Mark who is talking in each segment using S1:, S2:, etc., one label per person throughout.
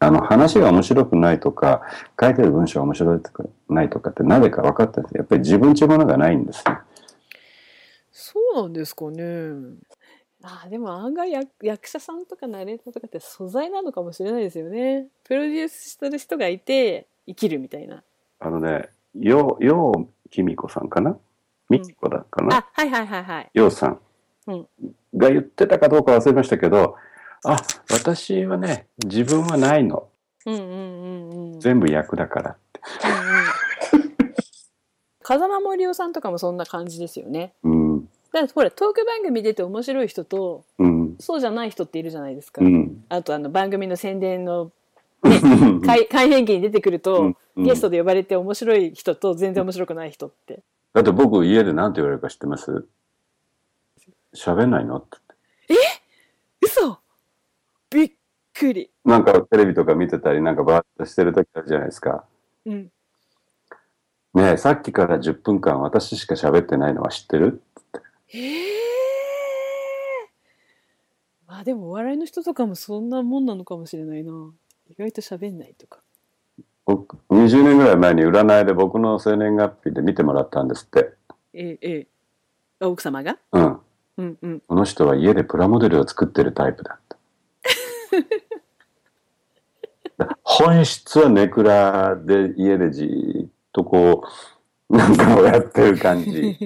S1: あの、話が面白くないとか、書いてる文章が面白くないとかって、なぜか分かってるんですけどやっぱり自分ちゅうものがないんですね。
S2: そうなんですかね。あでも案外役役者さんとかナレーターとかって素材なのかもしれないですよね。プロデュースしてる人がいて生きるみたいな。
S1: あのね、よう、ようきみこさんかなみきこだかな、
S2: あはいはいはいはい。
S1: ようさん
S2: うん
S1: が言ってたかどうか忘れましたけど、あ、私はね、自分はないの。
S2: うんうんうんうん。うんうん、
S1: 全部役だから。
S2: 風間森夫さんとかもそんな感じですよね。
S1: うん、
S2: だってほらトーク番組出て面白い人と
S1: うん、
S2: そうじゃない人っているじゃないですか。
S1: うん。
S2: あとあの番組の宣伝の改改変期に出てくると、
S1: うん
S2: ゲストで呼ばれて面白い人と全然面白くない人って。
S1: だって僕家で何て言われるか知ってます喋んないのって。
S2: 嘘びっくり。
S1: なんかテレビとか見てたり、なんかバーッとしてる時あるじゃないですか。
S2: うん。
S1: ねえ、さっきから10分間私しか喋ってないのは知ってる
S2: へえ。まあでもお笑いの人とかもそんなもんなのかもしれないな。意外と喋んないとか。
S1: 僕、20年ぐらい前に占いで僕の生年月日で見てもらったんですって。
S2: ええ、ええ。あ奥様が
S1: うん。
S2: うんうん。
S1: この人は家でプラモデルを作ってるタイプだった。本質はネクラで家でじーっとこう、なんかをやってる感じ。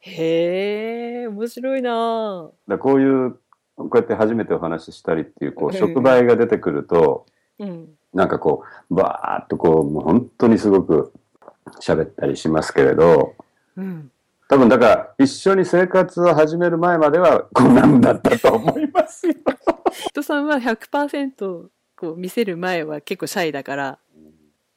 S2: へえ、面白いな。
S1: だこういうこうやって初めてお話ししたりっていうこう
S2: ええ
S1: 触媒が出てくると
S2: うん。
S1: なんかこうバーッとこうもう本当にすごく喋ったりしますけれど
S2: うん。
S1: 多分だから一緒に生活を始める前まではこんなんだったと思いますよ。
S2: 人さんは100%こう見せる前は結構シャイだから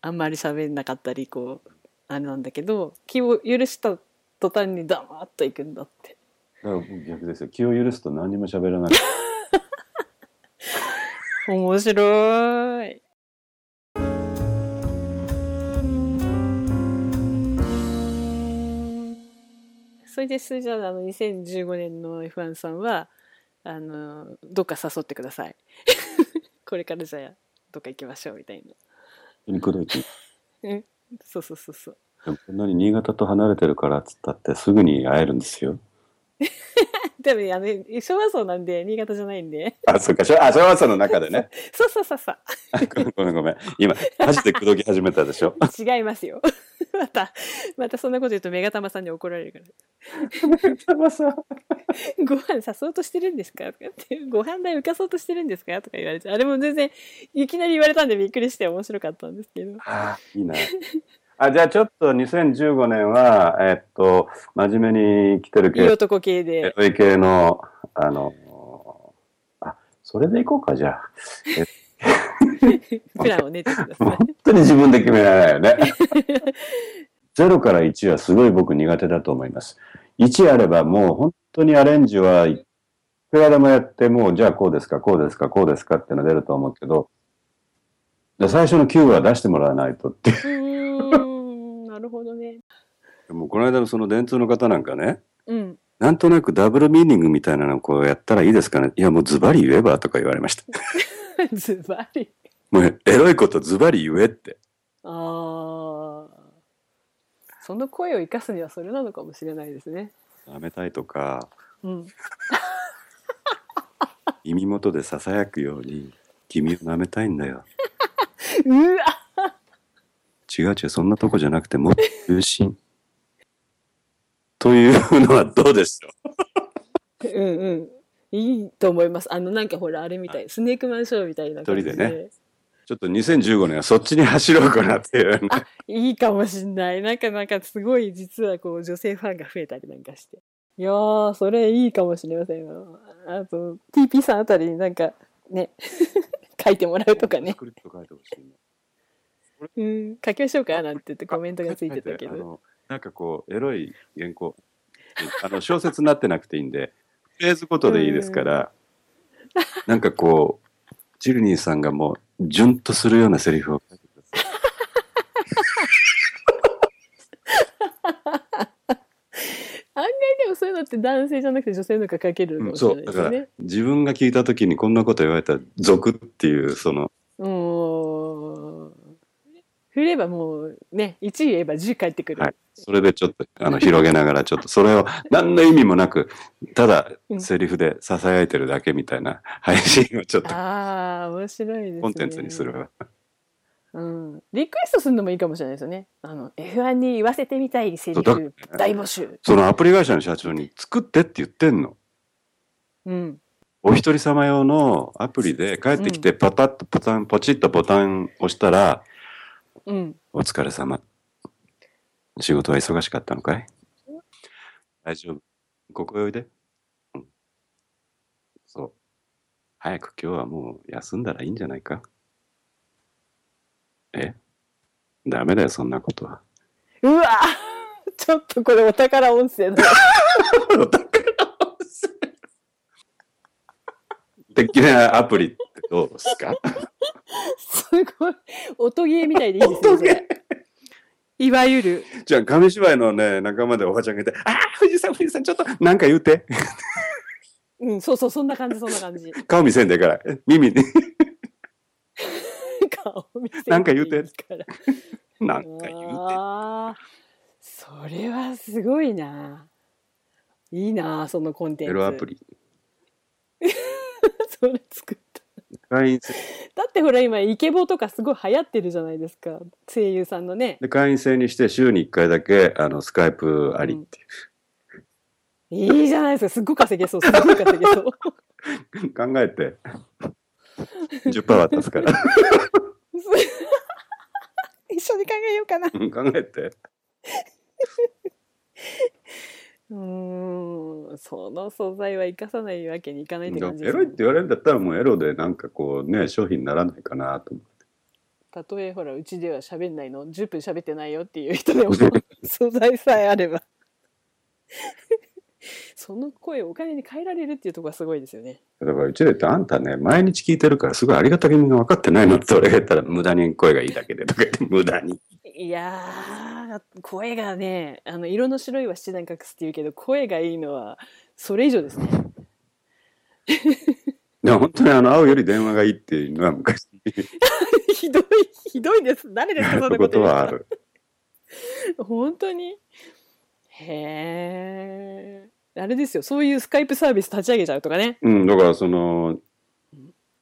S2: あんまり喋んなかったりこうあれなんだけど気を許した途端にダーッといくんだって
S1: だから僕逆ですよ気を許すと何にも喋らなくて
S2: 面白いそれですじゃああの2015年の F1 さんはあのどっか誘ってください これからじゃあどっか行きましょうみたいな
S1: 本当にくどいって
S2: そうそうそうそう
S1: でもこんなに新潟と離れてるからっつったってすぐに会えるんですよ。
S2: でもね、あの、昭和層なんで、新潟じゃないんで。
S1: あそうかしょあ昭和さんの中でね
S2: そうそうそうそ
S1: ごめんごめん今マジで口説き始めたでしょ。
S2: う。違いますよ。 また、またそんなこと言うと、メガタマさんに怒られるから。 ご飯誘おうとしてるんですかとか言って、 ご飯代浮かそうとしてるんですかとか言われて、あれも全然、いきなり言われたんでびっくりして面白かったんですけど。
S1: ああ、いいな。あ、じゃあちょっと2015年は、えっと、真面目に来てる
S2: いい
S1: 系、
S2: 男系
S1: エ
S2: で。
S1: ロい系の、あの、あ、それでいこうか、じゃあ。
S2: プランを練ってくださ
S1: 本当に自分で決められないよね。0から1はすごい僕苦手だと思います。1あればもう本当にアレンジはいくらでもやって、もうじゃあこうですか、こうですか、こうですかってのが出ると思うけど、で最初の9は出してもらわないとって
S2: い。うーん、なるほどね。
S1: もうこの間のその電通の方なんかね、
S2: うん。
S1: なんとなくダブルミーニングみたいなのをこうやったらいいですかねいやもうズバリ言えばとか言われました。
S2: ズバリ。
S1: もうエロいことズバリ言えって。
S2: ああ。その声を生かすにはそれなのかもしれないですね。
S1: 舐めたいとか、
S2: うん。
S1: 耳元で囁くように、君を舐めたいんだよ。
S2: うわ
S1: 違う違う、そんなとこじゃなくてもっと中心。 というのはどうでしょ
S2: うんうん。いいと思います。あの、なんかほら、あれみたい。スネークマンショーみたいな感じで。
S1: 一人でうちょっと2015年はそっちに走ろうかなっていう、ね。
S2: いいかもしんない。なんか、なんか、すごい、実はこう、女性ファンが増えたりなんかして。いやー、それいいかもしれませんよ。あと、TP さんあたりになんか、ね、 書いてもらうとかね。
S1: クリプト書いてほしいね
S2: うん、書きましょうかなんて言ってコメントがついてたけ
S1: あ
S2: ど。
S1: のなんかこうエロい原稿あの小説になってなくていいんでフレーズごとでいいですからなんかこうジルニーさんがもうジュンとするようなセリフを書いてください
S2: 案外でもそういうのって男性じゃなくて女性の方が書けるのかもし
S1: そ
S2: れな
S1: うだ
S2: いで
S1: か
S2: す
S1: ら
S2: ね。
S1: 自分が聞いた時にこんなこと言われたら「俗」っていうその
S2: うん、ばもうね、1位言えば10返ってくる。
S1: はいそれでちょっとあの広げながらちょっとそれを何の意味もなくただ
S2: うん
S1: セリフで囁いてるだけみたいな配信をちょっと
S2: ああ、面白いですね。
S1: コンテンツにする。わ
S2: うん。リクエストするのもいいかもしれないですよね。あの、F1 に言わせてみたいセリフ大募集。
S1: そのアプリ会社の社長に作ってって言ってんの
S2: うん。
S1: お一人様用のアプリで帰ってきてパタッとポタンポチッとボタン押したら
S2: うん。
S1: 「お疲れ様仕事は忙しかったのかい大丈夫ここへおいで、うん、そう早く今日はもう休んだらいいんじゃないかえダメだよそんなことは
S2: うわ ちょっとこれお宝音声だ。
S1: 的なアプリってどうですか
S2: すごい。音ゲーみたいでいいですね。それいわゆる。
S1: じゃあ紙芝居のね仲間でおばちゃんがいて「ああ藤井さん藤井さんちょっとなんか言うて
S2: うん、そうそう、そんな感じ、そんな感じ。
S1: 顔見せんでから耳に
S2: 顔見せ
S1: なんか言うて
S2: いいから
S1: なんか言うて
S2: あーそれはすごいな。いいな、そのコンテンツ。
S1: エロアプリ
S2: それ作った。
S1: 会員制
S2: だってほら今イケボとかすごい流行ってるじゃないですか声優さんのね
S1: で会員制にして週に1回だけあのスカイプありっていう、
S2: いいじゃないですかすっごい稼げそうすっごい稼げそう
S1: 考えて10%渡すから
S2: 一緒に考えようかなう
S1: 考えて
S2: ーんその素材は生かさないわけにいかないって感じ
S1: エロいって言われるんだったらもうエロでなんかこうね商品にならないかなと思って
S2: たとえほらうちでは喋んないの10分喋ってないよっていう人でも 素材さえあれば その声をお金に変えられるっていうところがすごいですよね
S1: だからうちでってあんたね毎日聞いてるからすごいありがたみが分かってないのって俺が言ったら無駄に声がいいだけでとか言って無駄に
S2: いやー声がねあの色の白いは七段隠すっていうけど声がいいのはそれ以上ですね
S1: でも本当にあの会うより電話がいいっていうのは 昔
S2: ひどいひどいです誰ですか
S1: や
S2: そんな
S1: る
S2: こ
S1: ことと
S2: 言う
S1: は
S2: の
S1: ある
S2: 本当にへえあれですよそういうスカイプサービス立ち上げちゃうとかね
S1: うんだからその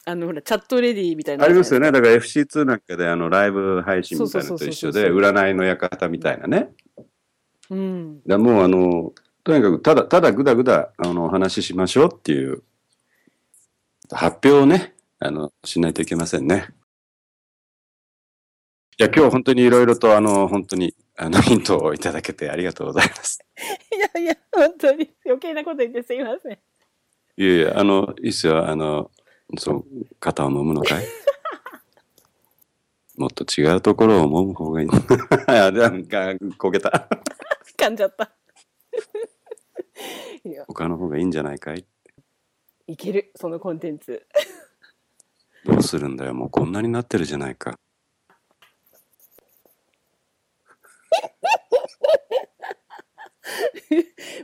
S2: あのほらチャットレディみたいな
S1: ありますよ
S2: ね
S1: ね。だから FC2 なんかであのライブ配信みたいなのと一緒で、
S2: そうそうそうそ
S1: 占いの館みたいなね。
S2: うん
S1: だもうあの、とにかくただ、ただぐだぐだ、あの、お話ししましょうっていう、発表をね、あの、しないといけませんね。いや、今日本当にいろいろと、あの、本当に、あの、ヒントをいただけてありがとうございます。
S2: いやいや本当に余計なこと言ってすいません
S1: いやいや、あの、いいっすよ、あの、そう、肩を揉むのかいもっと違うところを揉む方がいい。 あ、なんか、こけた。
S2: 噛んじゃった いや
S1: 他の方がいいんじゃないかい
S2: いけるそのコンテンツ
S1: どうするんだよ、もうこんなになってるじゃないか。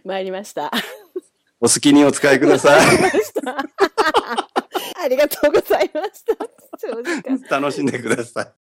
S2: 参りました
S1: お好きにお使いくださ い。
S2: ました。ありがとうございました。長時間
S1: 楽しんでください。